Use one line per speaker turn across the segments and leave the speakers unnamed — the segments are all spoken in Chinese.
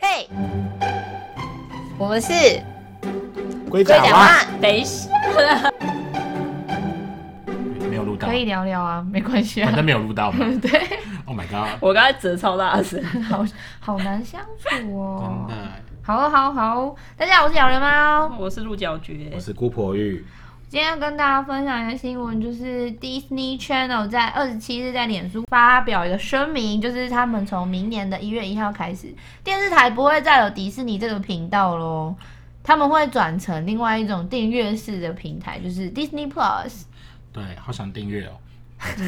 对，我们是
龟
龟
甲
甲
蛙
蛙，
等一下，
没有录到
可，以聊聊啊，没关系
哦反
啊
正。没有录到嘛。
对，
Oh my god！
我刚才折超大声。
好好难相处哦
真。的，
好哦好好，大家好，我是小人猫。
我是鹿角蕨
我，是姑婆玉，
今天要跟大家分享一个新闻，就是 Disney Channel 在二十七日在脸书发表一个声明，就是他们从明年的一月一号开始，电视台不会再有迪士尼这个频道喽，他们会转成另外一种订阅式的平台，就是 Disney Plus。
对，好想订阅哦。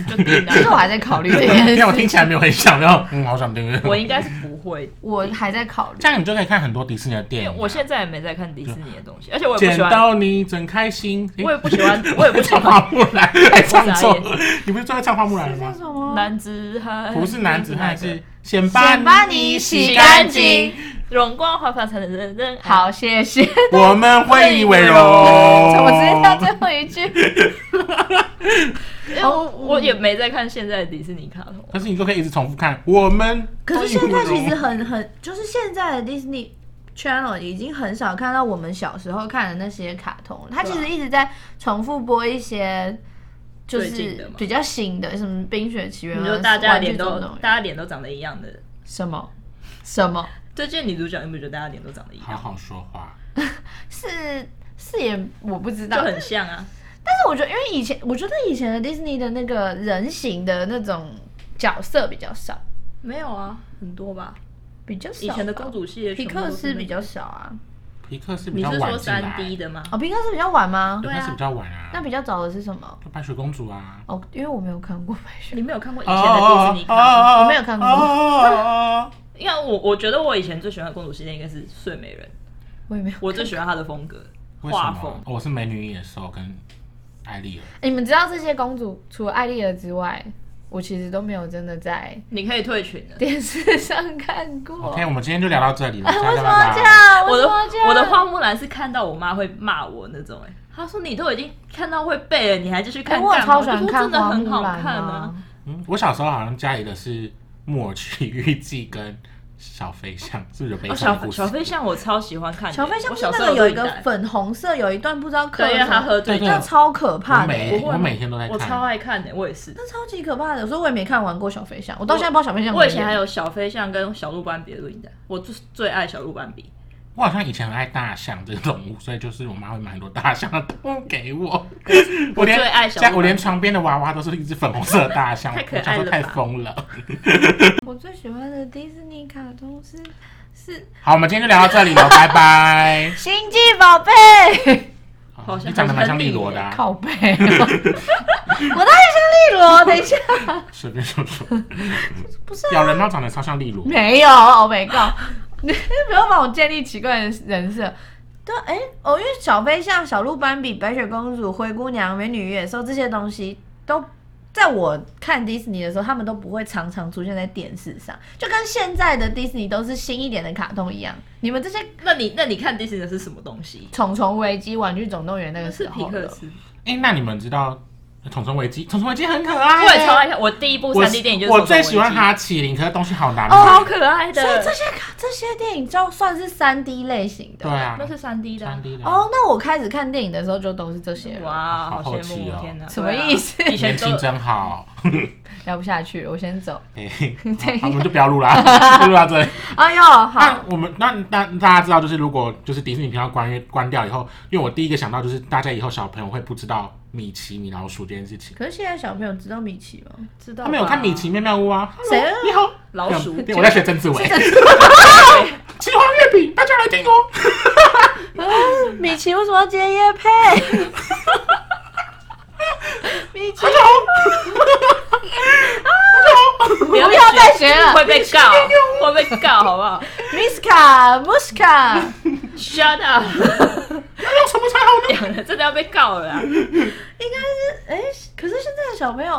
就定了
其 实我还在考虑这件
因为我
事，
听起来 没有很想，然后嗯，好想订阅。
我应该是不会，
我还在考虑
这。样你就可以看很多迪士尼的电
因
影
为
啊。
我现在也没在看迪士尼的东西，而且我也不
捡
喜欢，
到你真开心。哎
我也不喜欢，我也不喜
唱
欢
花木兰，还唱错
我傻。
你不是最爱唱花木兰
是
了
叫
吗？
什么？
男子汉，
不是男子汉，
那个
是先
先把你洗干净。
容光焕发才能人人爱。
好，谢谢。
我们会以为荣。
怎么直接到最后一句？
因为哎我我也没在看现在的迪士尼卡通，
可是你都可以一直重复看。我们
可是现在其实
会以为荣
很很，就是现在的 Disney Channel 已经很少看到我们小时候看的那些卡通，它其实一直在重复播一些。就
最近的
是
嘛
比较新的，什么《冰雪奇缘》
你
啊，
说大家的
玩具
脸都
总动员
大家脸都长得一样的，
什么什么
这件女主角，你不觉得大家脸都长得一
好
样，
好说话。
是是也我不知
就
道，
很像啊？
但是我觉得，因为以前我觉得以前的 Disney 的那个人形的那种角色比较少，
没有啊，很多吧。
比较少
以
吧。
前的公主系列
皮
全部都
克
是嗯
斯
那个
比较少啊，
皮克是比
你
较
是
晚
说
进
三
来，
D 的吗？
哦，皮克斯比较晚吗？
对
皮
啊
克是比较晚啊。
那比较早的是什么？
白雪公主啊。
哦，因为我没有看过白雪，
你没有看过以
哦
前的迪士尼卡通？
我没有看过
过。
因为我我觉得我以前最喜欢的公主系列应该是睡美人，
我也没有看。
我最喜欢她的风格
为什
画
么？
风
哦。我是美女与野兽跟艾丽尔，
你们知道这些公主除了艾丽儿之外，我其实都没有真的在
你可以退群了。
电视上看
哦
过。
OK，我们今天就聊到这里了。
哎，为什么
大
要这
家
样？
我
为
的
什么要这样？
我的花木兰是看到我妈会骂我那种、哎，她说你都已经看到会背了，你还继续
哎，
看
我
干嘛？
超喜欢
我就说
看
真的
花
很
木
好
兰
看
啊
啊。！
嗯，我小时候好像家里的是《木偶奇遇记》跟小飞象，是不是有
哦
悲伤的
小
故事？
小飞象我超喜欢看的，欸
小飞象
我
是
小
那
时
个
候
有一
都
个
带，
粉红色，有一段不知道刻
对，因为
什
她
么，
喝醉
对
酒，
那超可怕
我
的、
每
欸，
我会
我每天都在
我超
看。
爱看的、我也是。
那超级可怕的。所以我也没看完过小飞象，我到现在不知道小飞象怎么
我以
演。
前还有小飞象跟小鹿斑比的录影带，我最最爱小鹿斑比。
我好像以前很爱大象这个动物，所以就是我妈会买很多大象的动物给我。 我连
最爱小
家
鹿
我连
斑
床边的娃娃都是一只粉红色的大象，
太可
我小时候
爱了
太
吧
疯了。
我最喜欢的迪士尼卡通是是《
好，我们今天就聊到这里了，拜拜。
星际宝贝》
好像
你长得蛮像利罗的、啊，
靠背、 我当然像利罗。等一下，
随便说说。
不是、
咬人猫长得超像利罗，
没有，Oh my god！你不要帮我建立奇怪的人设。对，哎、哦，因为小飞象、小鹿斑比、白雪公主、灰姑娘、美女与野兽这些东西，都在我看迪士尼的时候，他们都不会常常出现在电视上，就跟现在的迪士尼都是新一点的卡通一样。你们这些《
那你那你看迪士尼的是什么东西？
虫虫危机》《玩具总动员》那
那
个
是
时
皮
候
克
了，
斯，
哎、那你们知道《虫虫危机》？《虫虫危机》很可爱、啊
我也超爱看。我第一部三 D 电影就是
我
手
最
冢
喜欢
文
哈奇林，可是东西好难
姬，
买。
超可爱
所以这
的。
些卡这些电影就算是三 D 类型的
对。啊，
那是三 D 的啊
三。D 的。
哦，那我开始看电影的时候就都是这些了，
好
哇，好
好
羡
奇
慕！
哦
天哪，
什
对
么
啊
意思
以前
年
都
轻真 好，
聊不下去了，我先走。
嘿 好我们就不要录啦， 就录到这里。
哎呦，好
那。我们那那大家知道，就是如果就是迪士尼频道关关掉以后，因为我第一个想到就是大家以后小朋友会不知道米奇、米老鼠这件事情。
可是现在小朋友知道米奇吗？
知道
他们有看米奇妙妙屋啊？
谁
Hello，你好，
老鼠
对我在 学曾志伟。奇幻月饼，大家来听哦。
米奇为什么要接叶配？米奇，
不
不要再学了
会被告，会被告，好不好
Miska、Muska，
？Shut up！
要哎什么才好呢？
讲了 真的要被告了啊！
应该是哎、可是现在的小朋友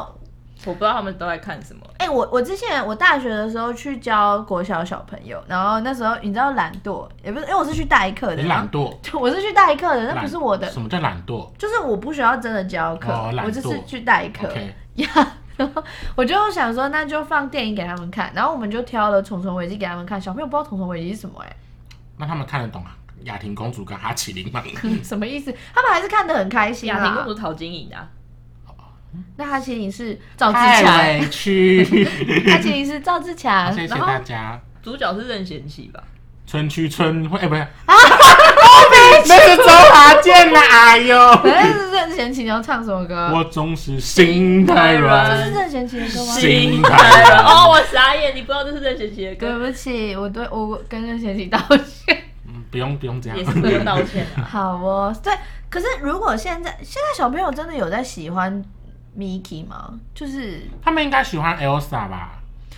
我不知道他们都在看什么。
哎、我我之前我大学的时候去教国小小朋友，然后那时候你知道懒惰，也不是，因为我是去代课的，
你哎懒惰，
然后我是去代课的，那不是我的，
什么叫懒惰
就是我不需要真的教课，
哦懒
我就是
惰
去代课
？OK，
呀。 我就想说，那就放电影给他们看，然后我们就挑了《虫虫危机》给他们看。小朋友不知道《虫虫危机》是什么、欸，
那他们看得懂啊雅婷公主跟哈奇林吗？
什么意思？他们还是看得很开心
雅婷
啦
公主。陶晶莹的啊、
那哈奇林是赵志强，
太 委屈，
哈奇林是赵志强，
谢谢
然后
大家。
主角是任贤齐吧？
春去春 会，哎、不是啊，那是周华健啦，哎呦，
哎，是任贤齐，你要唱什么歌？
我总是心太
这
软
是。任贤齐的歌吗？
是心
太
太软
软哦，我傻眼，你不知道这是任贤齐的
对
歌，
不起，我对我跟任贤齐道歉。
嗯不用不用这样
也，是这个道歉啊。
好哦，对，可是如果现在现在小朋友真的有在喜欢 Mickey 吗？就是
他们应该喜欢 Elsa 吧？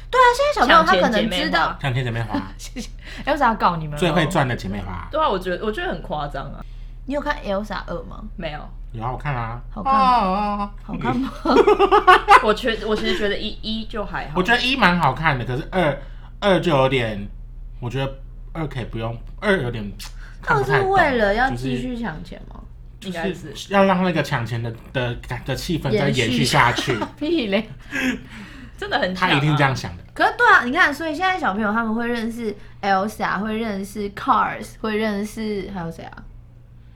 对啊，现在小朋友他可
抢钱姐
能
妹
知
花
道，
像天姐妹花
Elsa 要告你们了哦
最会。赚的姐妹花，
对啊，我觉得我觉得很夸张啊。
你有看 Elsa 二吗？
没有，
有啊，我看啦、
好
啊，
看吗
哦，
好看吗？
我觉我其实觉得一一就还好。
我觉得一蛮好看的，可是二二就有点，我觉得二可以不用，二有点看
那
不太
是
懂
为了要
就是
继续抢钱吗？
应该是
就是要让那个抢钱的的的气氛再延续下去，
屁嘞！
真的很像
他
啊
一定这样想的。
可是对啊，你看，所以现在小朋友他们会认识 Elsa，会认识 Cars，会认识还有谁啊？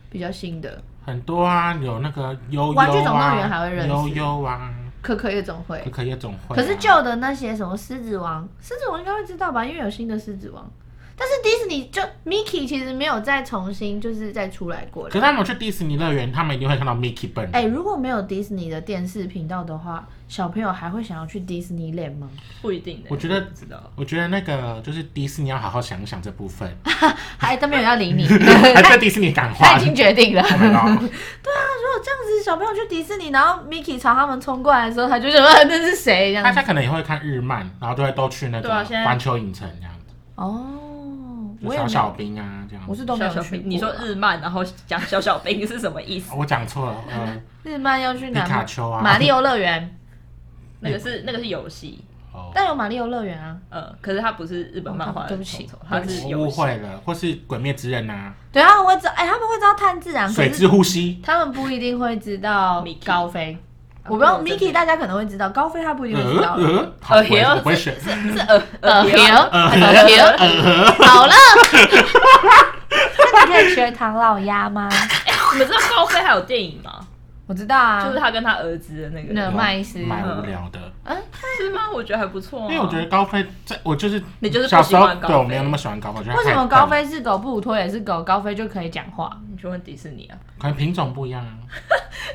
比较新的
很多啊，有那个悠悠啊，
玩具总动员还会认识
悠悠啊，
可可夜总会
可。可夜总会啊、
可是旧的那些什么狮子王，狮子王应该会知道吧，因为有新的狮子王。但是迪士尼就 Mickey 其实没有再重新就是再出来过
可是他们去迪士尼乐园，他们一定会看到 Mickey 本人。
哎、如果没有迪士尼的电视频道的话，小朋友还会想要去迪士尼 land 吗？
不一定欸。
我觉得
不知道，
我觉得那个就是迪士尼要好好想想这部 分，
还都没有要理你，
还在迪士尼感
他
化
已。经决定了。
Oh my
如
god
果这样子，小朋友去迪士尼，然后 Mickey 朝他们冲过来的时候，他就觉得呃那是谁 这
大
样子
家。可能也会看日漫，然后都会都去那种
对啊现在
环球影城这样子，
哦，
就
我也
小
没
小
有，
兵啊这样子。
我是都没
小小
有去
兵
过。，啊
你说日漫，然后讲小小兵是什么意思？
哦我讲错了，呃，
日漫要去
皮
哪？
卡丘啊，
马里欧乐园，
那
嗯
个是那个是游戏，
哦，
但有马里欧乐园啊。
呃，可是它不是日本漫画
哦
的
对
统
不
筹，
起
它
对
是
我
游
误
戏。啊
会了，或是鬼灭之刃啊，
对啊，我知道，哎、他们会知道炭治郎，可
水
是
之呼吸，
他们不一定会知道
Mickey
高飞。
啊
我不用
对对
Mickey，大家可能会知道，高飞他不一定
呃
会知道。哦
呃，好，
呃，
我也我不会
是
选。
是是呃
呃，
呃
停，呃，停，好了。那你可以学唐老鸭吗？
你们知道高飞还有电影吗？
我知道啊，
就是他跟他儿子的那
那
个，
麦斯
蛮无聊的，
是吗？我觉得还不错啊。
因为我觉得高飞，在我就是
你就是
小
不
时
喜
候
欢高飞
对我没有那么喜欢高飞，我觉得
为什么
太笨
高？飞是狗，布鲁托也是狗，高飞就可以讲话？
你去问迪士尼啊，
可能品种不一样啊。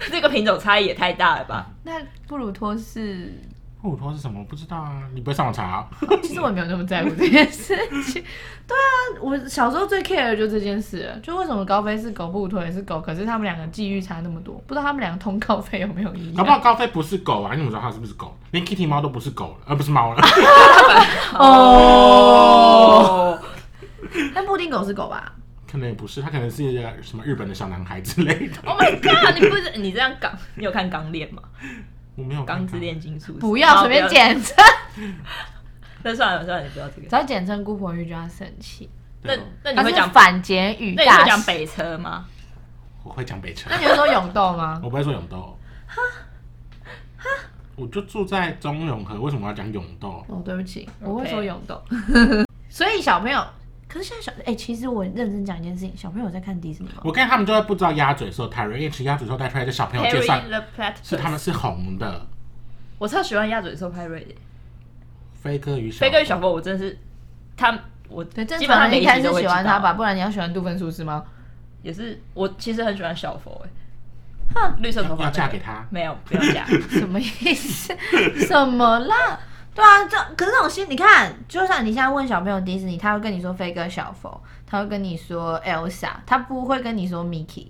这个品种差异也太大了吧？
那布鲁托是？
布鲁托是什么？我不知道啊，你不会上网查、哦？
其实我也没有那么在乎这件事情。对啊，我小时候最 care 的就这件事了，就为什么高飞是狗，布鲁托也是狗，可是他们两个际遇差那么多，不知道他们两个通告费有没有一
搞不好
样？
高飞不是狗啊？你怎么知道它是不是狗？连 Kitty 猫都不是狗了，呃而、不是猫了。
哦，
哦，
但布丁狗是狗吧？
可能也不是，它可能是什么日本的小男孩之类的。
Oh my god！你不是你这样港，你有看《钢炼》吗？
我没有
《
看
钢之
过
炼金术师》
不要
好
随便。
不要
简称，
那算了算了，你不要这个。
只要简称姑婆玉就要生气。
对
那
哦
那你
他
会
啊是
讲，
反简语
那你会
大
讲
师。
北车吗？
我会讲北城
那，你会说勇斗吗？
我不会说永豆。我就住在中永和，为什么我要讲永豆？
哦，对不起，
OK
我会说勇 斗。所以小朋友，可是现在小哎、其实我认真讲一件事情，小朋友有在看迪士尼吗？
我跟他们就会不知道鸭嘴兽，泰瑞，因为其实鸭嘴兽带出来的小朋友介绍
Harry the Platypus
是他们是红的，
我超喜欢鸭嘴兽派瑞的，
飞哥与小
飞哥与小佛，我真的是他我
对，正
基本
常人
上每
一
一
开
集
始
都会
喜欢
知道
他吧，，不然你要喜欢杜芬叔是吗？
也是我其实很喜欢小佛哎、绿色头
要
发那个
嫁给他
没有不要 嫁，
什么意思？什么啦？对啊，这可是这种心，你看，就算你现在问小朋友迪士尼，他会跟你说飞哥小佛，他会跟你说 Elsa，他不会跟你说 Mickey。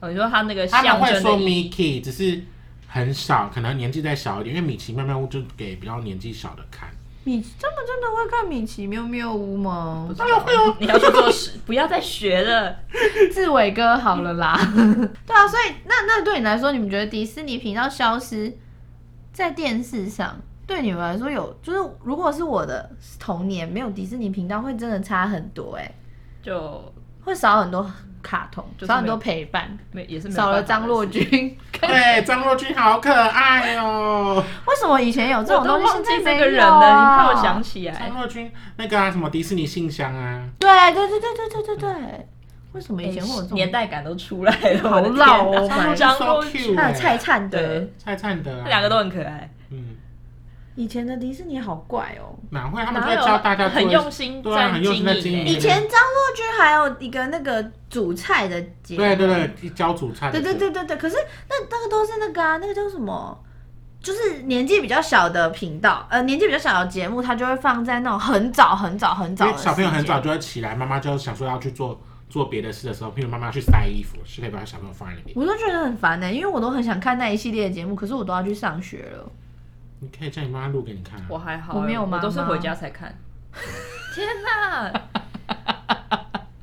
哦你说他那个
他们
象
会
征的
说
意义
Mickey，只是很少，可能年纪再小一点，因为米奇妙妙屋就给比较年纪小的看。
米奇，他们真的会看米奇妙妙屋吗？
哎呦哎呦，你要去做事，不要再学了。
志伟哥好了 啦。对啊，所以那那对你来说，你们觉得迪士尼频道消失在电视上，对你们来说有就是，如果是我的童年没有迪士尼频道，会真的差很多哎、
就
欸会少很多卡通，
就是
少很多
没有
陪伴，
没也是没有
少了
办法的
张若
事
昀。为
对，张若昀好可爱哦。
什么以前有这
我
种
都
东西，
忘
现
记
在
这
没
个人
有啊
了，你看我想起
张
来，
若昀那个啊，什么迪士尼信箱啊，
对对对对对对对对，为什么以前会有这种
哎年代感都出来了，
好
我的天
老哦
哪
my
张若
so
昀
cute
还有蔡灿德
对，
蔡灿德、啊，
这两个都很可爱，
嗯，
以前的迪士尼好怪哦。
哪会他们
然
都
后
在教大家做
很用心
对啊
在
很用
经
心
营
在
欸，
经营
以前张若昀还有一个那个煮菜的节目，
对对对，教煮菜，
对对对对对。可是那那个都是那个啊，那个叫什么？就是年纪比较小的频道，呃，年纪比较小的节目，它就会放在那种很早很早很早
因
的
为小朋友很
时间
早就会起来，妈妈就想说要去做做别的事的时候，譬如妈妈要去晒衣服，是可以把小朋友放在里面。
我都觉得很烦呢、欸因为我都很想看那一系列的节目，可是我都要去上学了。
你可以叫你妈妈录给你看、啊。
我还好欸，
我没有妈妈
我都是回家才看。天哪！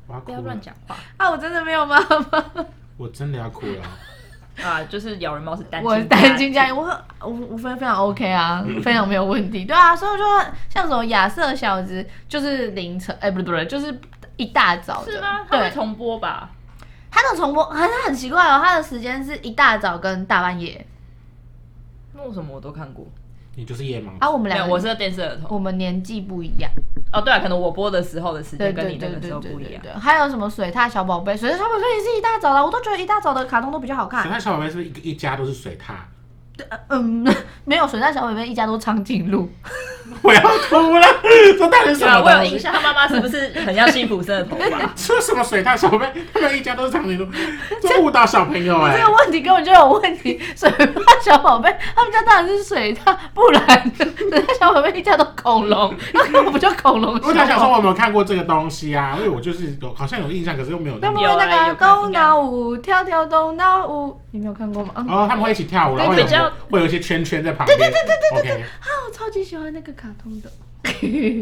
我要
不
哭
要
了，
乱讲话
啊，我真的没有妈妈，
我真的要哭了。
啊！就是咬人猫是单
我
家
单亲家庭，我很我我非非常 OK 啊，非常没有问题。对啊，所以我说像什么亚瑟小子，就是凌晨，哎、不对不对，就是一大早的
是吗？他
对，
会重播吧？
他的重播很很奇怪哦，他的时间是一大早跟大半夜。
那为什么我都看过？
你就是夜盲，
啊，我们
没有，
两个
我是电视儿童。
我们年纪不一样，
哦，对啊，可能我播的时候的时
对对
间跟你
对
那
对
个时
对
候
对
不一
对
样。
对。还有什么水獭小宝贝，水獭小宝贝也是一大早的，我都觉得一大早的卡通都比较好看
水。獭小宝贝是不是一个一家都是水獭？
嗯， 没有水獭小宝贝一家都长颈鹿，
我要哭了， 这到底是
对
什么
啊，我有
东
印
西？
象，他妈妈是不是很像辛普森的头发？
说什么水獭小宝贝？他们一家都是长颈鹿，这误导小朋友哎、
这个问题根本就有问题。 水獭小宝贝他们家当然是水獭，不然 水獭小宝贝一家都恐龙，那根本不就恐龙
我在
小
想说，
宝贝？
我有没有看过这个东西啊？因为我就是有好像有印象，可是又没有那
那
么
么
有啊
那个啊
有看
咚脑舞跳跳咚脑舞，你没有看过吗？嗯，
哦，他们会一起跳舞，然后
对
有
比较
会有一些圈圈在旁边。对对对对对 OK，
我哦超级喜欢那个卡通 的，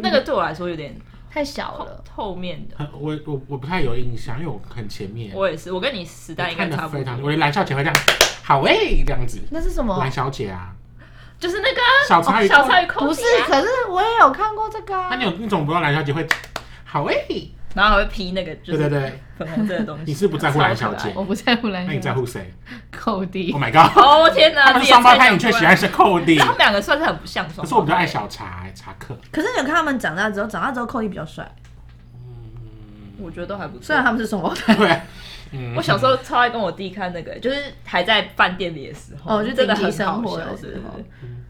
那个对我来说有 点
太小
透
了。
透面的。
很我呃我我不太有印象，因为我很前面，
我也是，我跟你时代应该
看
差
的
不
非常，
多。
我连蓝小姐会这样，好诶、这样子。
那是什么？
蓝小姐啊，
就是那个啊
小鲨鱼
小鲨鱼空
不是，可是我也有看过这个啊
那。你有那种不知道蓝小姐会好诶、
然后还会披那个就
对对
是
对，
粉红色的东西。
你是不在乎蓝小姐
我不在乎蓝
那你在乎谁
寇迪
？Oh my god！
哦天哪！
他们是双胞胎，你却喜欢是寇弟
他，们两个算是很不像双胞胎。
可是我比较爱小茶、欸、茶客。
可是你有看他们长大之后，长大之后寇迪比较帅，
我觉得都还不错。
虽然他们是双胞胎。
对，嗯
我小时候超爱跟我弟看那个，就是还在饭店里的时候，
哦就
真的
顶级
很
生
好
活
笑
的
对
时
对
候
对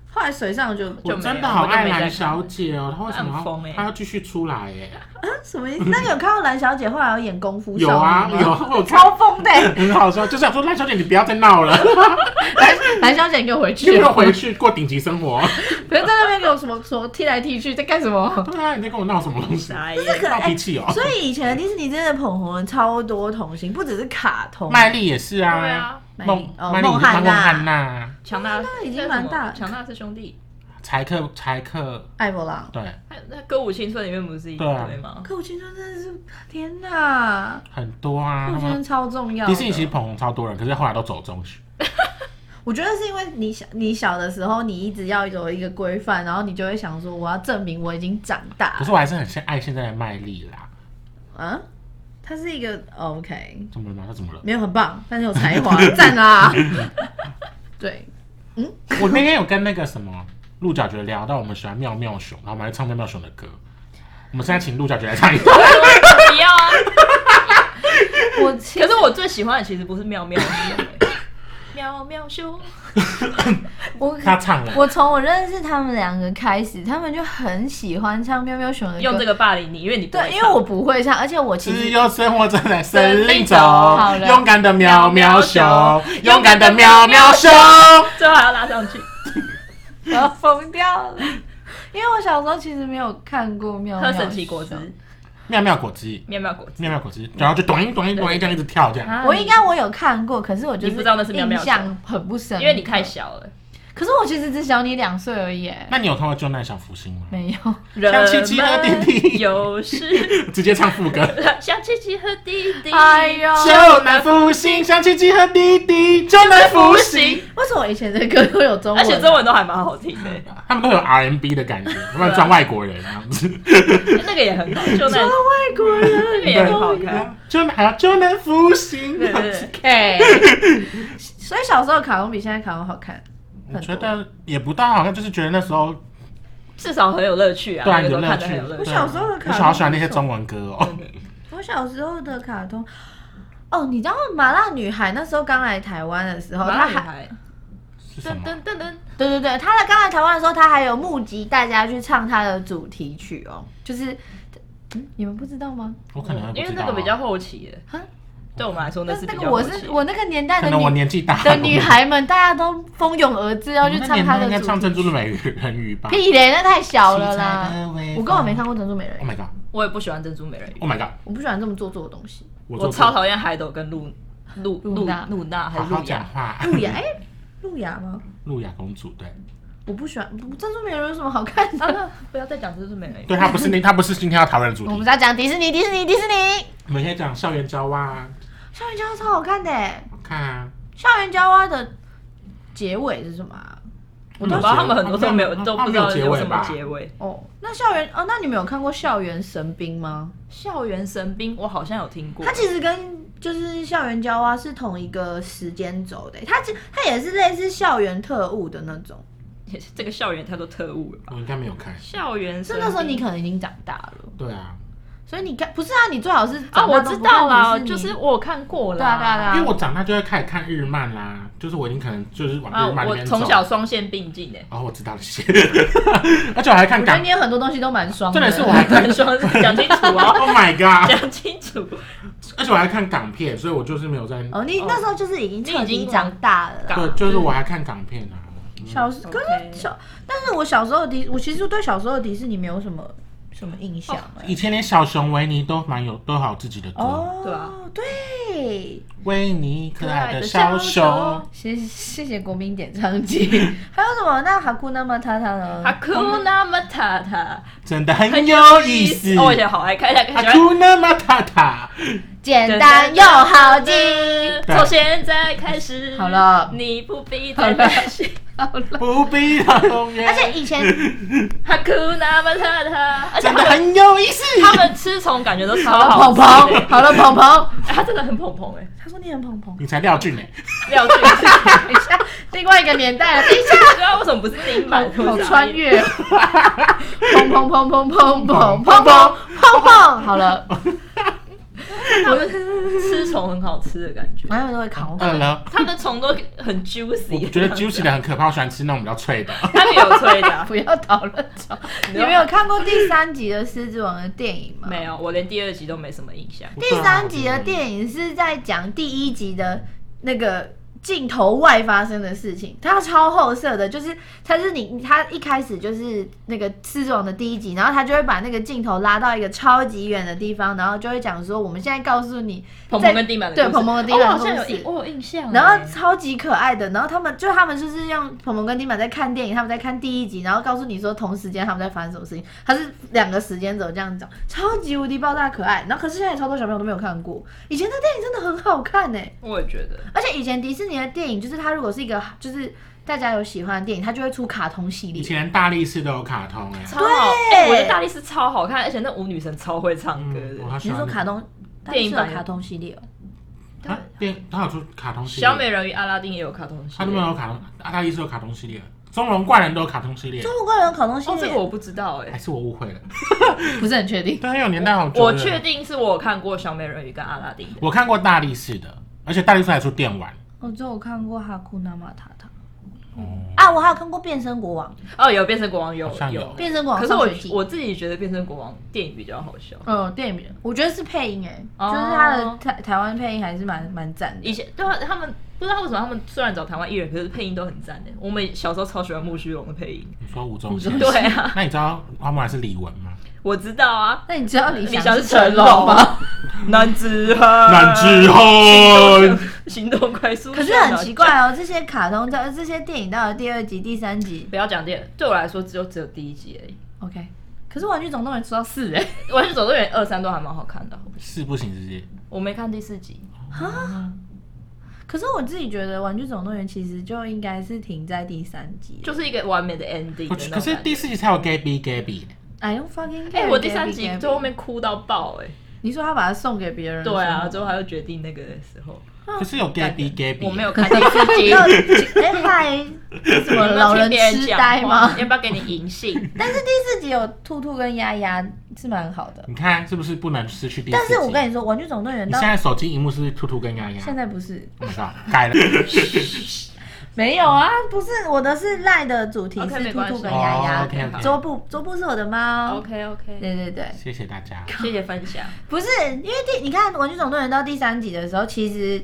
后来水上就
我
就没
真的
了
好
我就没
爱
再
蓝
看
小姐哦，她为什么
她很疯
要
欸
她要继续出来哎、
什么意思？那你有看到蓝小姐后来有演功夫
有啊
少女吗
有，啊，我看
超疯 的欸。
很好笑，就想说赖小姐你不要再闹 了，
蓝蓝小姐，你给我回
你
去！
又回去过顶级生活。
不要在那边给我什么什么踢来踢去，在干什 么？
对啊，你在跟我闹什么东西？
傻
这
眼。哎
个
闹脾气哦。
所以以前的迪士尼真的捧红了超多童星，不只是卡通，
麦莉也是
对
啊，
啊，
麦
梦
哦
麦莉
孟
也是
汉
当过
娜
汉娜，
强大
那已经蛮大
强大是兄弟。
柴克柴克，
艾弗朗。
对，
还有那《歌舞青春》里面不是一
对啊
堆吗？
可我青春真的是，天哪！
很多啊。
我
他
觉得
们
超重要的。
迪士尼其实捧红超多人，可是后来都走中去。
我觉得是因为你小你小的时候，你一直要有一个规范，然后你就会想说，我要证明我已经长大
可。是我还是很现爱现在的麦莉啦。
啊，他是一个哦 OK，
怎么了吗？她怎么了？
没有很棒，但是有才华，赞啊！对，
我那天有跟那个什么鹿角蕨聊到，我们喜欢妙妙熊，然后我们还唱妙妙熊的歌。我们现在请鹿角蕨来唱一 段。
不要啊！
我
可是我最喜欢的其实不是妙妙熊，妙妙熊，
我
他唱了，
我从我认识他们两个开始，他们就很喜欢唱喵喵熊的歌。
用这个霸凌你，因为你不会
对，
唱
因为我不会唱，而且我其
只
实
有生活正在森林中
好，了
勇敢的喵喵熊
喵，
勇敢的喵喵熊。
最后还要拉上去。
我 要疯掉了，因为我小时候其实没有看过喵
喝
喵
神奇果汁
熊，
妙妙果汁，
妙妙果汁，
妙妙果汁，然后就咚一咚一咚一这样一直跳这样。
啊
我应该我有看过，可是我就是
你不知道那是喵喵
印象很不深，
因为你太。小 了，
可是我其实只小你两岁而已，
那你有看过救难小福星吗？
没有。
像七七和弟弟
人们有时
直接唱副歌。
像七七和弟弟，
哎呦，
救难福星，想起集合弟弟，救难福星，
为什么以前的歌都有中文？
而且中文都还蛮好听 的，
他们都有 RMB 的感觉，要不然装外国人这样子。
那个也很好，就
超
那
外国人，
这个也很好
对
看。
啊就能哎呀就能服刑。
对对对，
哎，所以小时候卡通比现在卡通好看，
我
很
觉
多。
得也不大好看，就是觉得那时候
至少很有乐趣啊，
对啊
那个
有
时候
乐
看得
趣
很有。乐
对
趣。
我小时候的卡
我好喜欢那
通
些
是
中文歌哦。
我小时候的卡通，哦，你知道麻辣女孩那时候刚来台湾的时候，她
麻辣女
哦还
孩，
是什
噔
么？
噔噔噔，
对对对，她来刚来台湾的时候，她还有募集大家去唱她的主题曲哦，就是。嗯你们不知道吗？
我可能还不知
因
道啊
为那个比较后期的
哈，
对我们来说那
但
是
嗯那
比
个
较
我
后期
是。我那个年代
可
的
能我
女
年纪大
的女，孩们，大家都蜂拥而至要
我
去
那
唱
年
她
代
的
应该
主
唱《
题
珍
曲。
珠美人鱼》吧。
屁嘞，那太小了啦
七彩的！微风
我根本没看过《珍珠美人
Oh
鱼》，
my god！Oh
我也不喜欢珍珠美人鱼，
my god！
我不喜欢这么做作的东西。
我
我
做
超
过
讨厌海斗跟露露
露
露
娜
露娜还
好
是
好
露
讲
雅，
话。
路 亚，哎，路亚吗？
路亚公主，对，
我不喜欢，不珍珠美人鱼有什么好看的？
啊不要再讲珍珠美人鱼。
对，它不是那， 它不是今天要讨论的 主
我们
题。
在讲迪士尼，迪士尼，迪士尼。
我们先讲校园交蛙啊，
校园交蛙超好看的耶，
看啊，
校园交蛙的结尾是什么啊、
我都不知道他们很多都没有
嗯他们
都不知道
他们有结
有
尾
什么
吧
结尾。
哦，那校园哦，那你们有看过《校园神兵》吗？
校园神兵我好像有听过
它，其实跟就是校园交蛙是同一个时间轴的，它其它也是类似校园特务的那种。
这个校园太多特务了吧？
我应该没有看。
校园
是
神
那时候
兵
你可能已经长大了，
对啊，
所以你看不是啊，你最好是
啊，
长大
我
都
知
不看
道啦，
迪士
就
尼
是我有看过啦。
对啊对啊对啊
因为我长大就会开始看日漫啦，就是我已经可能就是往
啊
日漫那
我
边走。
从小双线并进欸 诶、
哦，我知道了，谢谢。 而且我还看
我觉得
港
你，有很多东西都蛮双的，
重点是我还看
欸，双讲清楚哦，
，Oh my god！
讲清楚。
而且我还看港片，所以我就是没有在，
哦，你
哦
那时候就是已经
你
彻
已
底
经
长大了啦。
港
对，就是我还看港片啊。嗯
小时可
OK
是小，但是我小时候的迪，我其实对小时候的迪士尼没有什么什么印象
哦
哎
以前连小熊维尼都蛮有都好自己的歌，
哦，
对啊
对，
维尼可爱的
小
啊
小
熊
熊，
谢谢谢国民点唱机， 还有什么？那哈库那么塔塔呢？
阿库纳马塔塔
真的很有意思。
哦，我以前好爱看，喜
阿
欢。
库那马塔塔，
简单又好记。
对
从现在开始，
好了
你不必再担心。
不必到永远
而，且以前
哈库纳马塔 塔，而且
真
他
的
们
很有意思。
他们吃虫感觉都超 好
好了
吃
鹏
欸
鹏，好了鹏鹏，
哎他真的很捧捧哎，
他说你很鹏 鹏，
你才廖俊呢，
廖俊是，
等一下，另外一个年代了，等一下，
不知道为什么不是丁满，
好
我
穿越，砰砰砰砰砰砰砰砰砰砰，好了，
他们吃虫很好吃的感觉，
男友都会扛
饿了。
他们的虫都很
我
juicy，
觉得 juicy 的很可怕，我喜欢吃那种比较脆的。
他们有吹的啊，
不要讨论这种。你们有看过第三集的《狮子王》的电影吗？
没。有，我连第二集都没什么印象。
第三集的电影是在讲第一集的那个镜头外发生的事情，它超后设的，就是它是你它一开始就是那个《狮子王》的第一集，然后它就会把那个镜头拉到一个超级远的地方，然后就会讲说我们现在告诉你
鹏鹏跟丁满的故事
对鹏鹏跟丁满
哦
的
我好像有
故事
印，我有印象欸。
然后超级可爱的，然后他们就他们就是用鹏鹏跟丁满在看电影，他们在看第一集，然后告诉你说同时间他们在发生什么事情，他是两个时间轴这样讲，超级无敌爆炸可爱。然后可是现在超多小朋友都没有看过，以前的电影真的很好看呢、
我也觉得，
而且以前迪士尼的电影就是它如果是一个就是大家有喜欢的电影，它就会出卡通系
以
列。
前大力士都有卡通哎，
超好，哎，我的大力士超好看，而且那舞女神超会唱歌
嗯我
的。
好
你
喜
是
欢
说
那个
卡通
电影版
它是有卡通系列哦、
啊，电它有出卡通系列，
小美人鱼、阿拉丁也有卡通系
它
列，
都没有卡通，阿大力士有卡通系列，中龙怪人都有卡通系列，
中国怪人有卡通系
哦，这
列，
个我不知道哎
还。是我误会了？
不是很确定。
对，很有年代好久了
我哦确定是我有看过小美人鱼跟阿拉丁的，
我看过大力士的，而且大力士还出电玩。
哦我只有看过《哈库纳马塔塔》
哦
啊，我还有看过《变身国王》。
哦，有变身国王有
好像有
变身国王
可是
上
我
学期
我自己觉得变身国王电影比较好笑。
嗯，电影我觉得是配音哎、
哦
就是他的台台湾配音还是蛮蛮赞的。
以前对啊，他们不知道为什么他们虽然找台湾艺人，可是配音都很赞的。我们小时候超喜欢木须龙的 配音。
你说吴宗宪？
对啊，
那你知道花木兰是李玟吗？
我知道啊，
那你知道呃李
李翔
是
是成
成
龙
龙吗
吗？ 男子汉，
南之
行
后，
动，行动快速。
可是很奇，怪哦，这些卡通到这些电影到了第二集、第三集
不要讲电，对我来说只有只有第一集而已。
，OK。可是《玩具总动员》出到四哎、
《玩具总动员》二三都还蛮好看的，
是不行，直接
我没看第四集。
可是我自己觉得《玩具总动员》其实就应该是停在第三集。
就是一个完美的 ending 的
可
那种
可是
感觉
第四集才有 Gabby Gabby，
哎呦 fucking！
哎、
care，
我第三
baby,
集
baby
最后面哭到爆哎、
你说他把它送给别人的时候，
对啊，最后他又决定那个的时候，
哦
可是有 gay
感
B gay B，
我没有看到自 己
哎， 嗨，什么老人痴呆吗？
要不要给你银 杏？
但是第四集有兔兔跟丫丫是蛮好的，
你看是不是不能失去第四
但是我
集
跟你说，《玩具总动员》
你
到
现在手机荧幕是不是兔兔跟丫丫，
现在不是
我知道改了，
没有啊，不是我的是赖的主题
OK，
是
没
兔
关系
兔跟丫
哦
丫
，OK，OK，
桌布桌布是我的猫。
OK OK，
对对对，
谢谢大 家。
谢谢分享。
不是因为第你看《玩具总动员》到第三集的时候，其实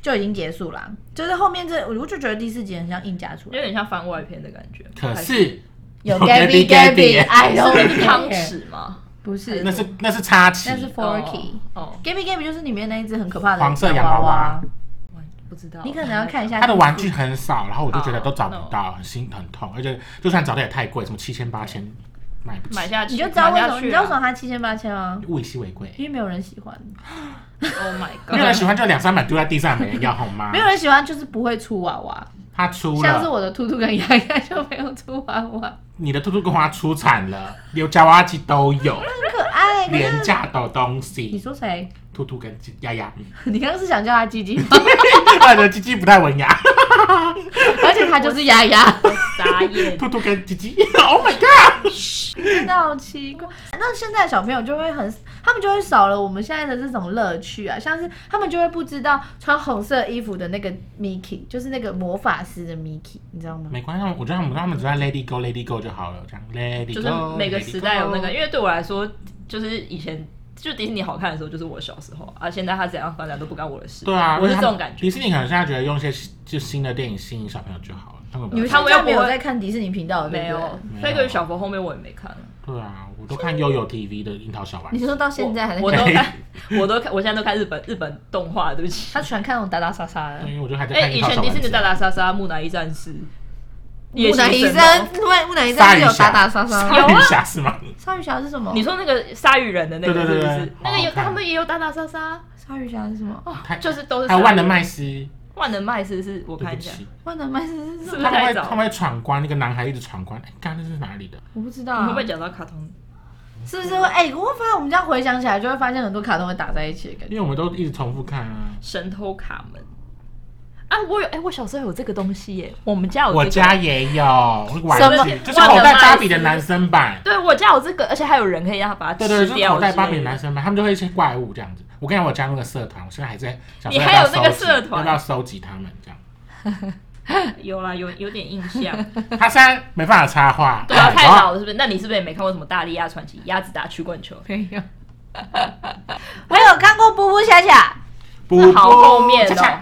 就已经结束了，啊就是后面这我就觉得第四集很像硬加出
有
来，
点像番外篇的感觉，
可是
有
有
Gabby 哎 Gabby，I
Gabby，
是
don't
那个
care
汤，匙 吗
不是
那是那是插曲
那，是 Forky。
哦，
Gabby Gabby 就是里面那一只很可怕的
黄色
洋
洋娃
娃
娃，
我不知道，
你可能要看一下
他的玩具很少，然后我就觉得
哦
都找不到，很心很痛，而且就算找的也太贵，什么七千八千买不
买
起，
下去，啊
你就知道为
买
什
下
么，
去
你知道为什么它七千八千吗？
物以稀为 贵。
因为没有人喜欢，
？Oh my
没有人啊
god！
喜欢就两三百丢在地上，没人要好 吗
没？有人喜欢就是不会出娃娃，
他出
像是
了，
我的兔兔跟丫丫就没有出娃娃，
你的兔兔跟花出产了，有夹娃娃机都 有，
很可爱。可
廉
是
价的东
你
西。
说谁？
兔兔跟丫 丫，
你刚刚是想叫他鸡鸡吗？
他的呃鸡鸡不太文雅。
而且他就是丫丫，
傻 眼，
兔兔跟鸡鸡，Oh my god！
真的好奇怪。那现在小朋友就会很，他们就会少了我们现在的这种乐趣啊，像是他们就会不知道穿红色衣服的那个 Mickey，就是那个魔法师的 Mickey，你知道吗？
没关系，我觉得他们他们只要 Lady Go Lady Go 就好了，这样 Lady
就
Go。
是每个时代有那个，因
为
为对我来说，就是以前就迪士尼好看的时候，就是我小时候啊，现在它怎样发展都不干我的事。
对啊，
我是这
因为他
种
们
感觉
迪。士尼可能现在觉得用一些就新的电影吸引小朋友就好了，他们不
你们
他
现
们又
在
不会
没有在看迪士尼频道，对不
没
对
有，
有
飞哥与小佛后面我也没看了，
对啊，我都看悠悠 TV 的樱桃小丸
你
子，
说到现在还在
我我
看？
都看， 我都看，我现在都看日本日本动画，对不起。
他喜欢看那种打打杀杀的
对。因为我就还在
哎、
看
以
樱桃
前
小
迪
丸
士尼
子。
的大大莎莎、木乃伊战士、
木乃伊
夜行
山
神，
木乃木乃伊山是有打打杀 杀吗？
鲨鱼侠是吗？
鲨鱼侠是什么？
哦你说那个鲨鱼人的那个
对
是
对
不
对
是？
对
那个有
好好看
他们也有打打杀杀，
鲨鱼侠是什么？哦
他
啊就是都是
还有
鲨鱼
万能麦斯，
万能麦斯是我
对
看
不
一下，
起，
万能麦斯是什么？
是不是
他们
太
会
早
他？们会闯关，那个男孩一直闯关，哎，刚刚那是哪里的？
我不知道、
你
啊，
会不会讲到卡通？
是不是会？哎、我会发现我们这样回想起来，就会发现很多卡通会打在一起的感觉。
因为我们都一直重复看啊。
神偷卡门。啊，我有哎、我小时候有这个东西耶，我们家有、这个，
我家也有那个玩
什
具
么，
就是口袋芭比的男生版。
对我家有这个，而且还有人可以让他把它
对对，
吃
就是
掉
口
之类的。
袋芭比的男生嘛，他们就会一些怪物这样子。我跟你讲，我加入那个社团，我现在还在想说
你
要不要
还有那个
收集
社团
要不要收集他们这样？
有啦，有有点印象。
他现在没办法插话，
对啊，
哎
太老了是不是？那你是不是也没看过什么《大力鸭传奇》《鸭子打曲棍球》？
没有，我有看过《布布恰恰》，
不
好后面
恰恰
哦，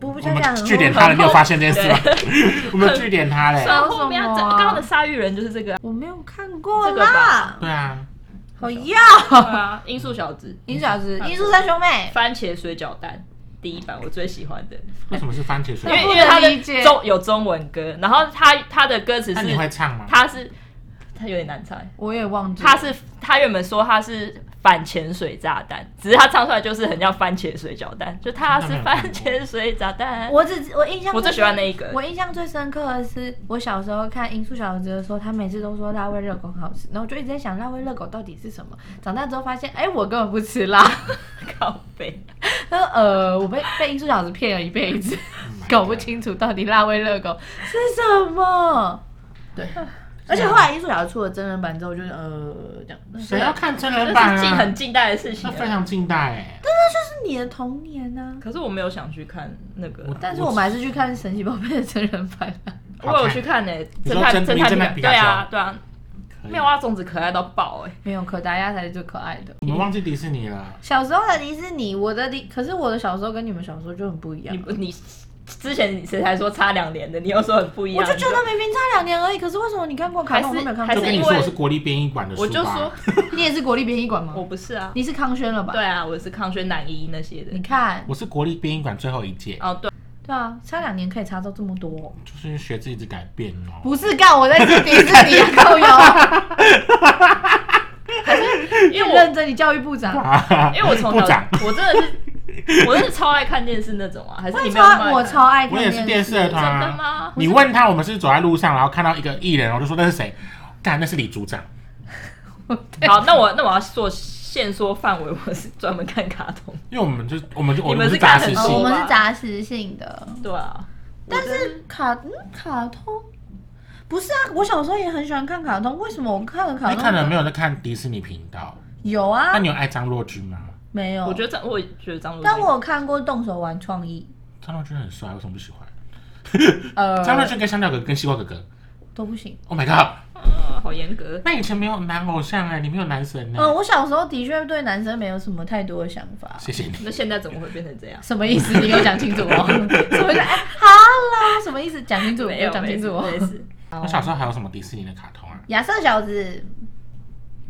布布
我
恰恰
们
很
据点
好
他了，你有发现这件事吗？
对，
我们据点他嘞。
算后面啊
什
这
么啊
刚刚的鲨鱼人就是这个啊。
我没有看过
这个
啦
吧。
对啊，
好呀，
对 啊，《音速小子
林小子，艺术三兄》妹，
番茄水饺蛋第一版我最喜欢的，
为什么是番茄水
因为
不
饺？
能
因为它
理解
的中有中文歌，然后它它的歌词
那你会
是
唱吗？
它是它有点难猜，
我也忘记了
它是它原本说它是反潜水炸弹，只是它唱出来就是很像番茄水饺蛋，就它是番茄水炸弹。
我只我印象
我最喜欢那一个
我印象最深刻的是我小时候看《音速小子》的时候，他每次都说辣味热狗很好吃，然后我就一直在想辣味热狗到底是什么。长大之后发现，哎、我根本不吃辣。
靠背，
他说呃，我被被音速小子骗了一辈子，
嗯
搞不清楚到底辣味热狗是什么。对， 啊而且后来音速小子出了真人版之后，我就呃这样，啊那
谁要看真人版
那是近很
啊？
近代的事情
那
了。
非常近代哎。
是你的童年呢、
可是我没有想去看那个，啊
我
但是我们还是去看神奇宝贝的真人版啊。
好
我
看
有去看呢、欸
你
侦
说
探
侦
侦探
名侦探皮
对
卡
啊
丘
对啊，
可以
妙蛙种子可爱到爆哎、
没有，可达鸭才是最可爱的。
我们忘记迪士尼了。
小时候的迪士尼，我的迪，可是我的小时候跟你们小时候就很不一样啊
你。不你之前谁才说差两年的，你又说很不一
我
样，
就觉得明明差两年而已，可是为什么你看过卡通我
还
都
是
没有看
还
就跟
过？
你
因
说
为
我是国立编译馆的书
我就
吧
说
你也是国立编译馆吗
我？不是啊，
你是康轩了吧？
对，啊，我是康轩南一那些的
你，看，
我是国立编译馆最后一届，
哦对，
对啊，差两年可以差到这么多、
就是因为学制一直改变哦。
不是干，我在吃迪士尼啊，靠 腰。
因为
你
我
认真，你教育部长。
啊
因为我 从
部
小
长，
我真的是我真的超爱看电视那种 啊，还是
我
你没有那么爱
超
看
我超爱
我也是
看
电
电
视的团
真
啊
的吗？
你问他，我们是走在路上，然后看到一个艺人，我就说那是谁？干，那是李组长。
好，那我那我要做限缩范围，我是专门看卡通。
因为我们就我们就我
你们
们
是
是杂
看很
食
呃，
哦
多戏
我
系，
们是杂食性的，
对啊，
但是卡嗯卡通不是啊，我小时候也很喜欢看卡通，为什么我看了卡
你
通
可能没有在看迪士尼频道。
有啊
那？你有爱张若昀吗？
没有，
我觉得张，我也觉得张若昀，
但我有看过动手玩创意，
张若昀很帅，为什么不喜欢？
呃，
张若昀跟香蕉哥跟西瓜哥哥
都不行。
，Oh my god！
呃好严格。
那以前没有男偶像哎，你没有男神呢
嗯、。
哦
我小时候的确对男生没有什么太多的想法。
谢谢你。
那现在怎么会变成这样？
什么意思？你给我讲清楚 哦。什么意思？哎哈啦，什么意思？讲清楚，
没
给
有
我讲清楚
没
哦。
事。
我小时候还有什么迪士尼的卡通啊？
亚瑟小子，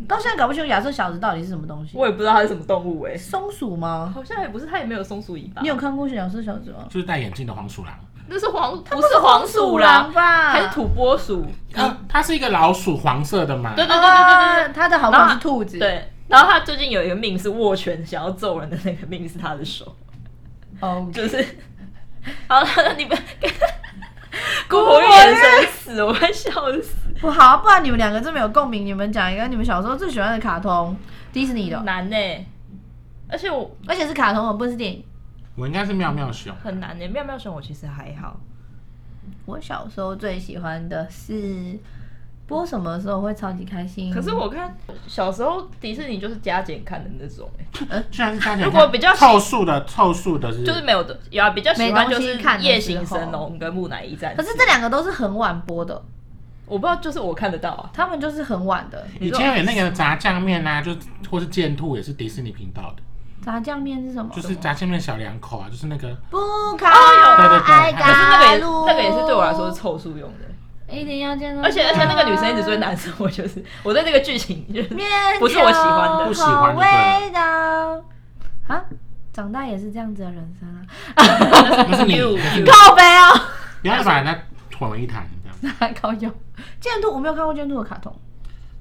到现在搞不清楚亚瑟小子到底是什么东西。
我也不知道它是什么动物哎、
松鼠吗？
好像也不是，它也没有松鼠尾巴。
你有看过亚瑟小子吗？
就是戴眼镜的黄鼠狼。
那是黄，不
不
是黄鼠啊狼，
吧？
还是土拨鼠？
啊，它是一个老鼠，黄色的嘛。
嗯对对对对
啊
对，
他的好朋友是兔子。
对。，对，然后他最近有一个命是握拳想要揍人的那个命是他的手，
哦，
就是，好了，你们孤火眼神死，我快笑死。
不好，不然你们两个这么有共鸣，你们讲一个你们小时候最喜欢的卡通，迪士尼的，
难呢、而且我
而且是卡通，而不是电影。
我应该是妙妙熊。
很难呢、欸妙妙熊我其实还好，
我小时候最喜欢的是播什么时候会超级开心？
可是我看小时候迪士尼就是加减看的那种、欸，
居然是加起来
如果比较
凑数的，凑数的是
就是没有的，有啊，比较喜欢就
没
是
东西看的时候
夜行神龙跟木乃伊战士，
可是这两个都是很晚播的，
我不知道，就是我看得到啊。
他们就是很晚的。
以前有那个炸酱面啊，就或是剑兔也是迪士尼频道的，
炸酱面是什么？
就是炸酱面小两口啊，就是那 个
不可爱
可是
那个也
赶路，
那个也是对我来说是凑数用的，
一定要见到他。
而且而且那个女生一直追男生，我就是我对这个剧情就是
面
不是我喜欢的
不喜欢就对了
味道啊，长大也是这样子的人生啊，
那是 你，
You，
那是你
you
靠背哦。
不要把人家混为一谈这样。
还高用。剑兔我没有看过剑兔的卡通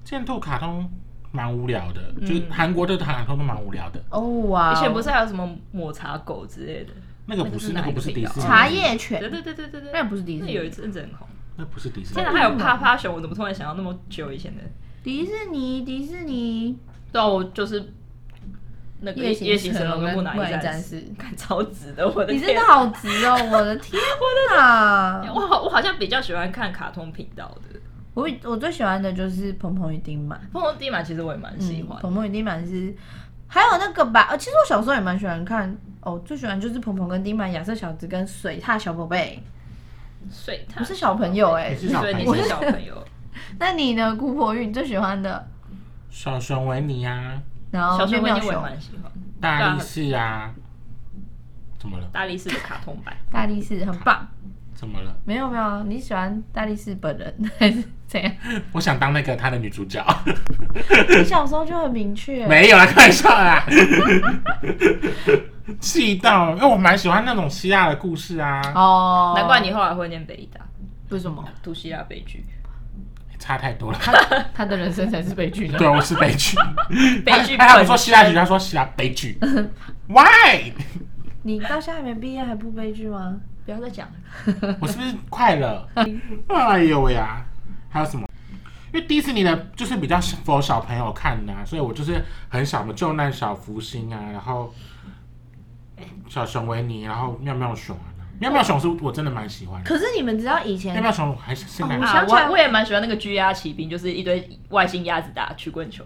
剑兔卡通蛮无聊的，
嗯
就是韩国的卡通都蛮无聊的。
哦哇
以前不是还有什么抹茶狗之类的？
那个不是，
那
那
个是哪一个
个不是迪士尼，
茶叶
对
犬，
对对对对对，
那也不是迪士
那有一
尼，
阵子很红。
那不是迪士尼
天。哪，还有趴趴熊，我怎么突然想到那么久以前的？
迪士尼迪士尼
对啊，我就是那个夜行神龙跟木乃伊战
战
士，
士，
看超值的，我的
你真
天！啊
的好直哦， 我的天啊哪！
我好，我好像比较喜欢看卡通频道的。
我我最喜欢的就是《鹏鹏与丁满
碰碰地嘛，其实我也蛮》，喜
嗯，
欢
《
的。
鹏鹏与丁满》是还有那个吧，呃，其实我小时候也蛮喜欢看。哦，最喜欢就是鹏鹏跟丁满、亚瑟小子跟水獭小宝贝，
水獭
我是小朋友哎、
你是小
所以
朋
你
友
是，小朋友，
那你呢，姑婆玉，你最喜欢的？
小熊维尼啊，
然后
小熊维
哦妙
尼我也
熊、
蛮喜欢的。
大力士啊，怎么了？
大力士的卡通版，
大力士，很棒。
怎么了？
没有没有，你喜欢大力士本人还是怎 样？
我想当那个他的女主角，
你小时候就很明确，
没有啦，开玩笑啦，啊气到，因为我蛮喜欢那种希腊的故事啊，
哦，
难怪你后来会念北医 大，
为什么
读希腊悲剧，
差太多了。
他的人生才是悲剧呢？
对，我是悲剧，
悲剧
他他不
本
说希腊剧，他说希腊悲剧。Why？
你到现在还没毕业还不悲剧吗？
不要再讲了。
我是不是快乐？哎呦喂呀！还有什么？因为迪士尼的就是比较适合小朋友看的、啊，所以我就是很少的救难小福星啊，然后小熊维尼，然后妙妙熊啊，妙妙熊是我真的蛮喜欢的。
可是你们知道以
妙
前
妙熊我还是现在
哦我
啊
想，起来
我我也蛮喜欢那个 G 鸭骑兵，就是一堆外星鸭子打曲棍球。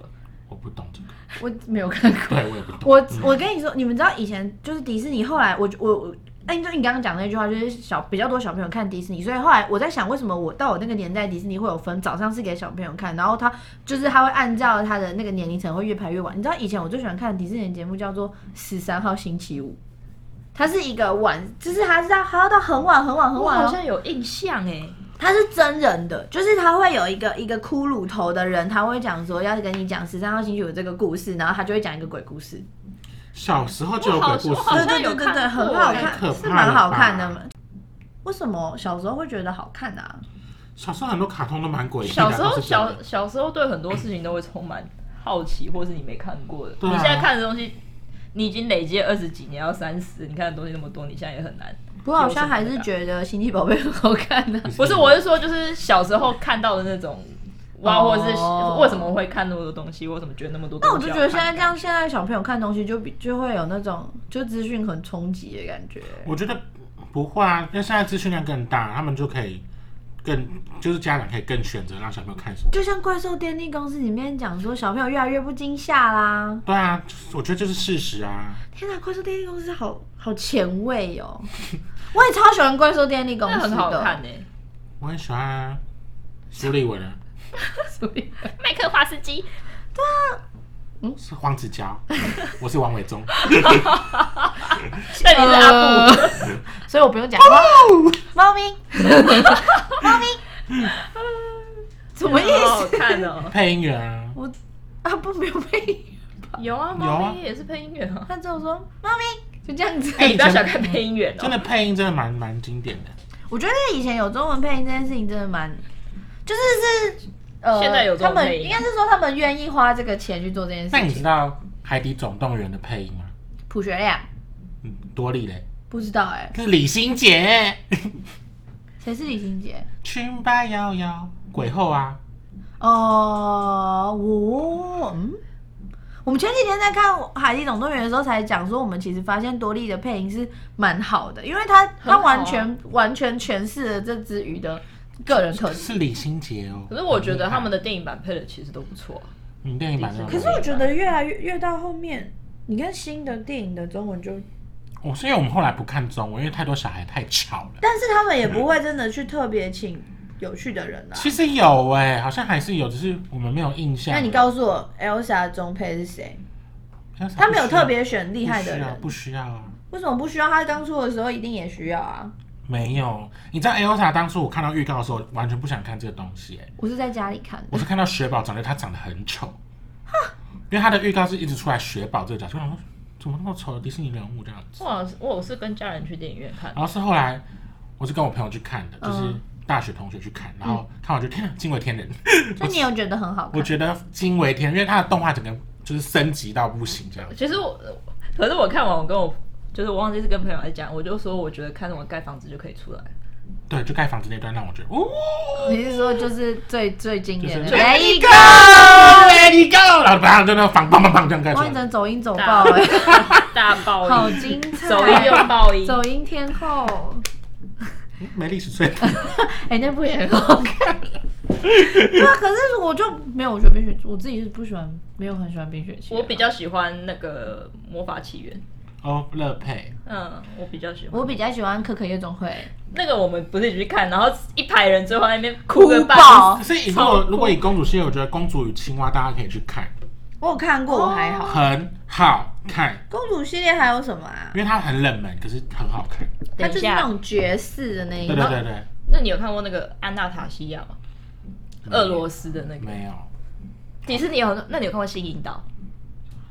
我不懂这个，
我没有看过，
对我也不懂。
我我跟你说，你们知道以前就是迪士尼，后来我我我。哎，就你刚刚讲那句话，就是小比较多小朋友看迪士尼，所以后来我在想，为什么我到我那个年代，迪士尼会有分早上是给小朋友看，然后他就是他会按照他的那个年龄层会越排越晚。你知道以前我最喜欢看的迪士尼的节目叫做《十三号星期五》，它是一个晚，就是它是要还要到很晚很晚很
我
晚、
好
哦，
像有印象哎，
它是真人的，就是他会有一个一个骷髅头的人，他会讲说要跟你讲十三号星期五这个故事，然后他就会讲一个鬼故事。
小时候就有鬼故
我好
对对哦
事，
像
对
有
对
看
对，
过
很好
欸
可
看，
怕
是蛮好看
了
的
吧
嘛。为什么小时候会觉得好看啊？
小时候很多卡通都蛮诡异的，
小时
都
候
是真的
小小时候对很多事情都会充满好奇，或是你没看过的。
对啊
你现在看的东西，你已经累积二十几年，要三十，你看的东西那么多，你现在也很难。
不过好像 还是觉得《星际宝贝》很好看呢、啊
不是，我是说，就是小时候看到的那种哇，或者是
哦
为什么会看那么多东西，为什么觉得那么多东
那
西
我
要看？
就觉得现在这样，现在小朋友看东西就比就会有那种就资讯很冲击的感觉。
我觉得不会啊，因为现在资讯量更大，他们就可以更，就是家长可以更选择让小朋友看什么。
就像怪兽电力公司里面讲说，小朋友越来越不惊吓啦。
对啊，就是我觉得这是事实啊。
天哪，怪兽电力公司好好前卫 哦！我也超喜欢怪兽电力公
那
司的，
很好看呢、欸
我很喜欢啊，苏立文啊，
所以
麦克华斯基，
是黄子佼，我是王伟 忠。
那你是阿布， 哦
所以我不用讲话。猫 咪，猫咪，什么意
好好
思？
看哦。
配音员啊，
我啊不没有配，
有啊，猫咪也是配音员啊。
他只有说猫咪，就这样子。
哎
你不要小看配音员
真
哦。
的配音真的蛮蛮经典的。
我觉得以前有中文配音这件事情真的蛮，就是是呃，
现在有中
他
文配
们
音啊
应该是说他们愿意花这个钱去做这件
那你
事
知
情。
道《海底总动员》的配音吗？
朴学亮
嗯，多丽嘞，
不知道哎、
是李心洁。
谁是李心洁？
裙摆摇摇，鬼后啊，
哦，我嗯。我们前几天在看《海底总动员》的时候，才讲说，我们其实发现多利的配音是蛮好的，因为他
很
他
好啊
完全完全诠释了这只鱼的个人特质。
是李心洁哦。
可是我觉得他们的电影版配的其实都不错、啊。
嗯电影版的，
可是我觉得
越来越越到后面，你看新的电影的中文就
我是因为我们后来不看中文，因为太多小孩太吵了。
但是他们也不会真的去特别请有趣的人啦、啊
其实有哎、好像还是有，只是我们没有印象。
那你告诉我，Elsa 的中配是谁？
但是
他没有
不需要
特别选厉害的人，
不需要不需要啊，
为什么不需要？他刚出的时候一定也需要啊！
没有。你知道 Elsa 当初我看到预告的时候，完全不想看这个东西、欸，
我是在家里看
我
的，
是看到雪宝长得，她长得很丑，因为她的预告是一直出来雪宝这个角色，我想说怎么那么丑的迪士尼人物这样子。
我好像是我是跟家人去电影院看的，
啊
然后是后来我是跟我朋友去看的，就是
嗯
大学同学去看，然后看完就天哪，惊为天人。
那你有觉得很好
我
看？
觉得惊为天人，因为它的动画整个就是升级到不行这样。
其实我，可是我看完，我跟我就是我忘记是跟朋友还是讲，我就说我觉得看我盖房子就可以出来，
对，就盖房子那段让我觉得，哦
你是说就是最最经典的
就是
来一个？
啊，Let it go，然后把它就那个房梆梆梆这样盖出
哇，你
来。
整走音走爆哎、
大爆音，
好精彩！
走音又爆音，
走音天后，
嗯没历史罪。
哎、那部也很好看。对啊，可是我就没有，我觉得冰雪，我自己是不喜欢，没有很喜欢冰雪奇缘
我比较喜欢那个魔法起源，
哦，乐佩，
嗯，我比较喜欢。
我比较喜欢可可夜总会，
那个我们不是一起去看，然后一排人最后在那边哭个半
哭
死
爆。
可是以如果
超酷
如果以公主系列，我觉得《公主与青蛙》大家可以去看，
我有看过，我还好。
很好看，
公主系列还有什么啊
因？为它很冷门，可是很好看。
它
等
就
一
是那
下，
种爵士的那一
对对对对，
那你有看过那个安娜塔西亚吗？俄罗斯的那个
没有，
迪士尼有很多，那你有看过《新引导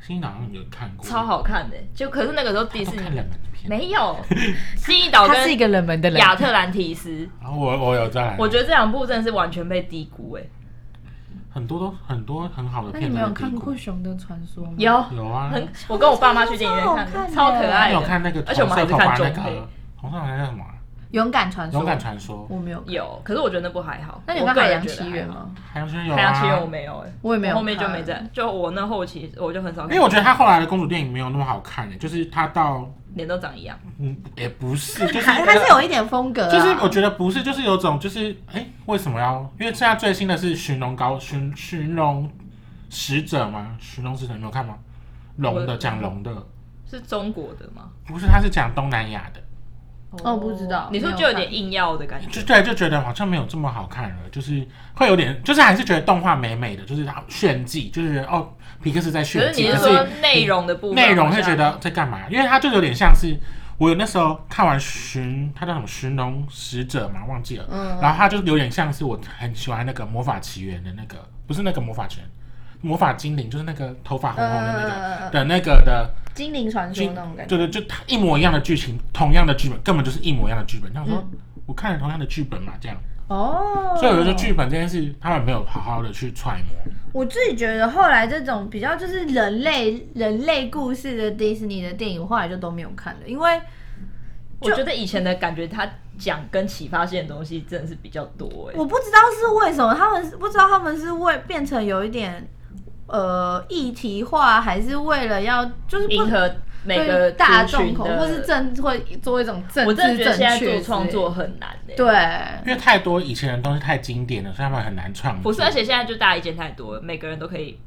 新岛好像有看》？过，
超好看的、就可是那个时候迪
都
士
看
尼
冷门的片。
没有《新引导》
它是一
跟
个冷门的人。
亚特兰提 斯，
然后我我有在，
我觉得这两部真的是完全被低估哎、
很多都很多很好的
那
片
你
都
没
在
有
低
看
谷
过《熊的传说》吗？
有
有啊，
很，我跟我爸妈去电影院看
超好看的
的，超可爱
你
的。
有看那个
而且我
红
们
色
还是
头
看
发
中
那
配
个，红色头发叫什么啊？
勇敢传说》。
勇敢传说。
我没有看。
有，可是我觉得那部还好。
那你有看《
我个
海
人
洋
觉得
奇
还
缘》
好？
吗？
海洋奇缘有
海洋奇缘我
啊，
没有哎、
我也没有
后面就没
看
在，就我那后期我就很少
因
看，
为我觉得他后来的公主电影没有那么好看诶，欸就是他到
脸都长一样。
嗯也不 是，就是
还还是有一点风格啊。
就是我觉得不是，就是有种就是哎、为什么要？因为现在最新的是《寻龙高寻寻龙使者》吗？《寻龙使者》你没有看吗？龙的
我
讲龙的，
是中国的吗？
不是，他是讲东南亚的，
哦不知道
你说就有点硬要的感
就
觉，
对，就觉得好像没有这么好看了，就是会有点，就是还是觉得动画美美的，就是它炫技，就是觉得哦，皮克斯在
可
炫
是
技，
你
可
是
是
说内容的部分？
内容
好
会
像
觉得在干嘛？因为它就有点像是我那时候看完寻，它叫什么《寻龙使者》嘛，忘记了。
嗯
然后它就有点像是我很喜欢那个《魔法奇缘》的那个，不是那个魔法权，魔法精灵就是那个头发红红的那
嗯
个、
呃，
的那个的
精灵传说那种感觉。
对对，就它一模一样的剧情，同样的剧本，根本就是一模一样的剧本。然后说、
嗯
我看了同样的剧本嘛，这样，
哦，
所以我就说剧本这件事，他们没有好好的去揣摩。
我自己觉得后来这种比较就是人类人类故事的迪士尼的电影，我后来就都没有看了，因为
我觉得以前的感觉，它讲跟启发性的东西真的是比较多哎、
我不知道是为什么，他们是不知道他们是为变成有一点呃议题化，还是为了要就是不
迎合每
对
个
于大
族
众
群
口，
的
或是政会做一种政
我真
治
的觉得
正
现在
确
做创作很难哎、
之类的。对，
因为太多以前的东西太经典了，所以他们很难创作。
不是，而且现在就大家意见太多了，每个人都可以，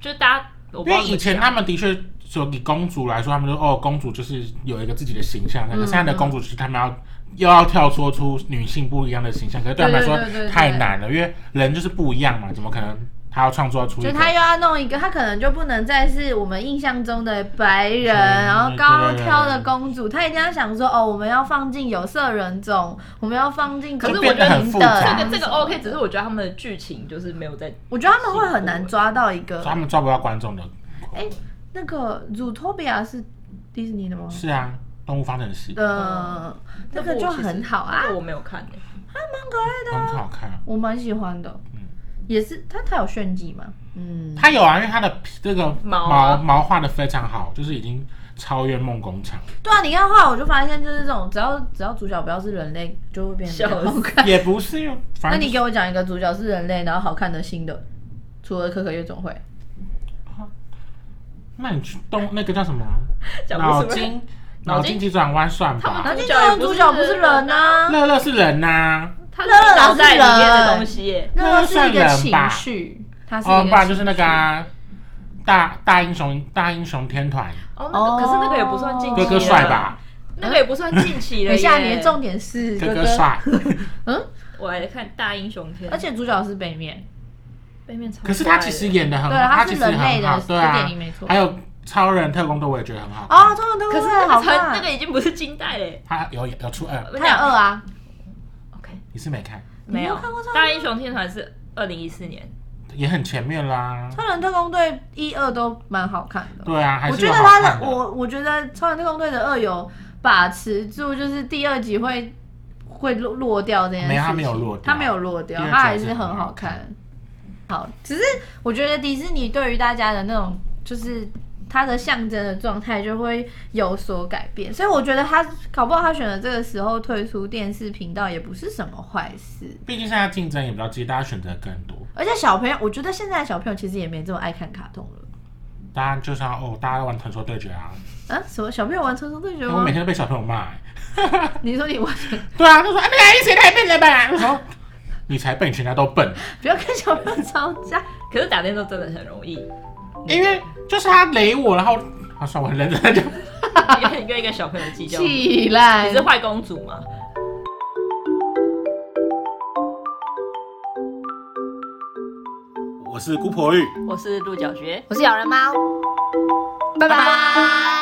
就大家我
因
不知道
为
怎么
以前
讲
他们的确说以公主来说，他们就哦，公主就是有一个自己的形象，
嗯
但是现在的公主是他们要又要跳脱出女性不一样的形象，可是对他们来
对对对对
说
对
太难了，因为人就是不一样嘛，怎么可能他要创作出一
就
个？
他又要弄一个，他可能就不能再是我们印象中的白人，
嗯
然后高挑
对
的
对对
公主，他一定要想说，哦，我们要放进有色人种，我们要放进，可是
就
我
变
觉
得
得
很
您
复
的
杂
这个这个 OK，只是我觉得他们的剧情就是没有在
我觉得他们会很难抓到一个
所以他们抓不到观众的。
那个 Zootopia 是迪士尼的吗？
是哦啊，动物方程式
呃，那个
我
就
其实
很好啊
这，个我没有看欸 诶、
很好看。
我蛮喜欢的
嗯，
也是他他有炫技吗？嗯，
它有啊，因为它的这个
毛
毛
啊
毛画的非常好，就是已经超越梦工厂，
对啊，你看后来我就发现，就是这种只要只要主角不要是人类，就会变得
笑
很好
死
看。
也不是，反
那
正
你给我讲一个主角是人类，然后好看的新的，除了可可夜总会，
那你去动那个叫什么啊
讲
脑
不出来。
筋 脑筋急转弯算
他
吧
们
然
都，
后这个主角不是人啊，
乐乐是人啊呐、
他是脑袋里面的东西耶、
那
那
个是
算
一个
人吧
情绪，它是一
哦，
个
不然就是
情
那个、啊、大大英雄大英雄天团
哦，那个、可是那个也不算
哦
近期
哥
了
哥帅吧，
那个也不算近期
绪。
了。
等一下，你的，重点是
哥哥，帅，
我来看《大英雄天》，
而且主角是北面，
背面超可爱
可
的。
是他其实演的很好，
对啊他
嗯他
是
其实
人类
很
的
好，对啊
这点你没错，
还有超人特工队我也觉得很好看
哦，通常都
可是
会
那
好
个成
看，
那个已经不是近代嘞、
他有有出二，
我
他有二啊，
OK，
你是没看，
没
你
有
没有看过超人
大英雄天团》是二零一四年，
也很前面啦，
超人特工队一二都蛮好看的。
对啊，还
我
是
觉
有
得
好
他
看
的我，我觉得超人特工队的二有把持住，就是第二集会会落落掉这件事情。
没有他没有落掉
他没有落掉，
第二集
他还是
还是
很
很
好
好
看
看。
好，只是我觉得迪士尼对于大家的那种就是。它的象征的状态就会有所改变，所以我觉得他搞不好他选的这个时候退出电视频道也不是什么坏事。
毕竟现在竞争也比较激烈，大家选择更多，
而且小朋友，我觉得现在的小朋友其实也没这么爱看卡通了。
大家就像哦，大家都玩《传说对决》啊，
啊，什么小朋友玩《传说对决》
我
吗
每？天都被小朋友骂、欸，
你说你玩什么，
对啊，就说哎，你俩一起太笨了吧，我说你才笨，全家都笨，
不要跟小朋友吵架。
可是打电动真的很容易，
因为就是他雷我，然后他算我很认真，就
跟跟一个小朋友计较。你
起来
是坏公主吗？
我是姑婆玉。
我是鹿角蕨。
我是咬人猫，拜拜。